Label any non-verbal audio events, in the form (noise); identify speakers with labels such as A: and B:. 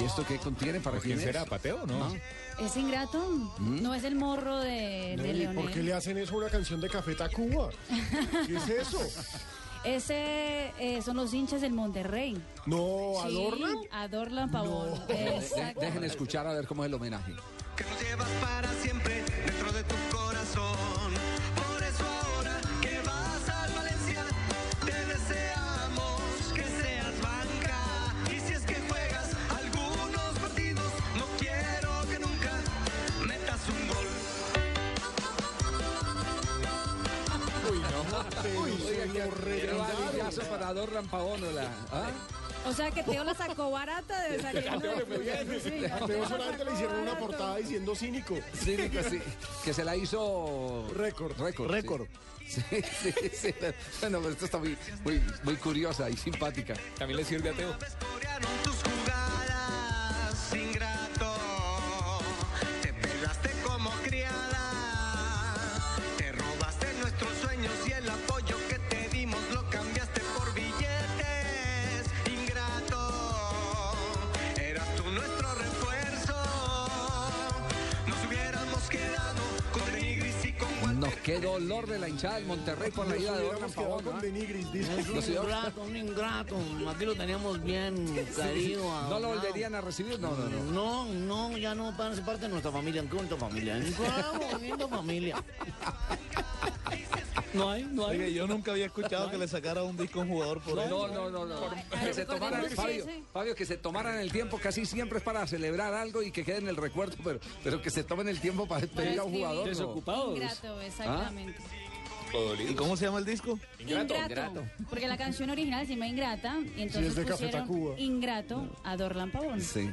A: ¿Y esto qué contiene? ¿Para
B: ¿Quién será? ¿Pateo o no?
C: ¿Es ingrato? ¿No es el morro de, de
D: ¿Mm? ¿Y por qué
C: Leonel?
D: le hacen eso a una canción de Café Tacuba? ¿Qué es eso?
C: Ese eh, son los hinchas del Monterrey.
D: No,
C: Sí,
D: adornan.
C: Adorlan Pavón. (laughs) Exacto.
A: Dejen escuchar a ver cómo es el homenaje.
E: que nos llevas para siempre dentro de tu corazón. Por eso ahora que vas al Valencia, te deseamos que seas banca. Y si es que juegas algunos partidos, no quiero que nunca metas un gol.
D: Uy,
A: Ah,
D: no, pero se lo regalaron.
A: Caso para Adorlan Pavón, ¿verdad? ¿Ah?
C: O sea que Teo la sacó barata
D: (laughs)
C: de desayuno. Sí, a
D: A
C: Teo
D: Teo
C: la
D: solamente le
C: sacó
D: hicieron una
C: barato.
D: portada diciendo cínico.
A: Sí, que, sí, que se la hizo...
D: Récord.
A: Récord. sí.
D: Récord.
A: Sí, sí, sí. Bueno, pero esto está muy, muy, muy curiosa y simpática.
B: También le sirve a Teo.
E: Espolearon tus jugadas, ingrato. Te pelaste como criada. Te robaste nuestros sueños y el apoyo que te dimos lo cambiaste por billetes, ingrato. Eras tú nuestro refuerzo. Nos hubiéramos quedado con Denigris y con Walter.
A: Nos qué dolor de la hinchada del Monterrey por la
D: Nos
A: ida de Adorlan
D: hubiéramos quedado
A: Pavón.
D: con
A: ¿ah?
D: Denigris,
F: Es
D: dice.
F: un ingrato, un ingrato. Aquí lo
A: (laughs)
F: teníamos bien querido.
A: No lo
F: adorado.
A: volverían a recibir, no, no, no.
F: No, no, ya no hace parte de nuestra familia. Qué bonita familia. Qué bonita familia. No hay, no
G: Oye, yo nunca había escuchado que le sacara un disco a un jugador por eso.
A: No, no, no, no. Que se tomaran,
C: recordemos
A: Fabio,
C: ese.
A: Fabio, que se tomaran el tiempo, casi siempre es para celebrar algo y que quede en el recuerdo, pero, pero que se tomen el tiempo para
C: Para
A: despedir a un
C: escribir.
A: jugador. no.
C: Ingrato, exactamente.
G: ¿Y cómo se llama el disco?
C: Ingrato, Porque la canción original se llama Ingrata y entonces
D: es de Café
C: pusieron
D: Tacuba.
C: Ingrato a Dorlan Pavón.
A: Sí.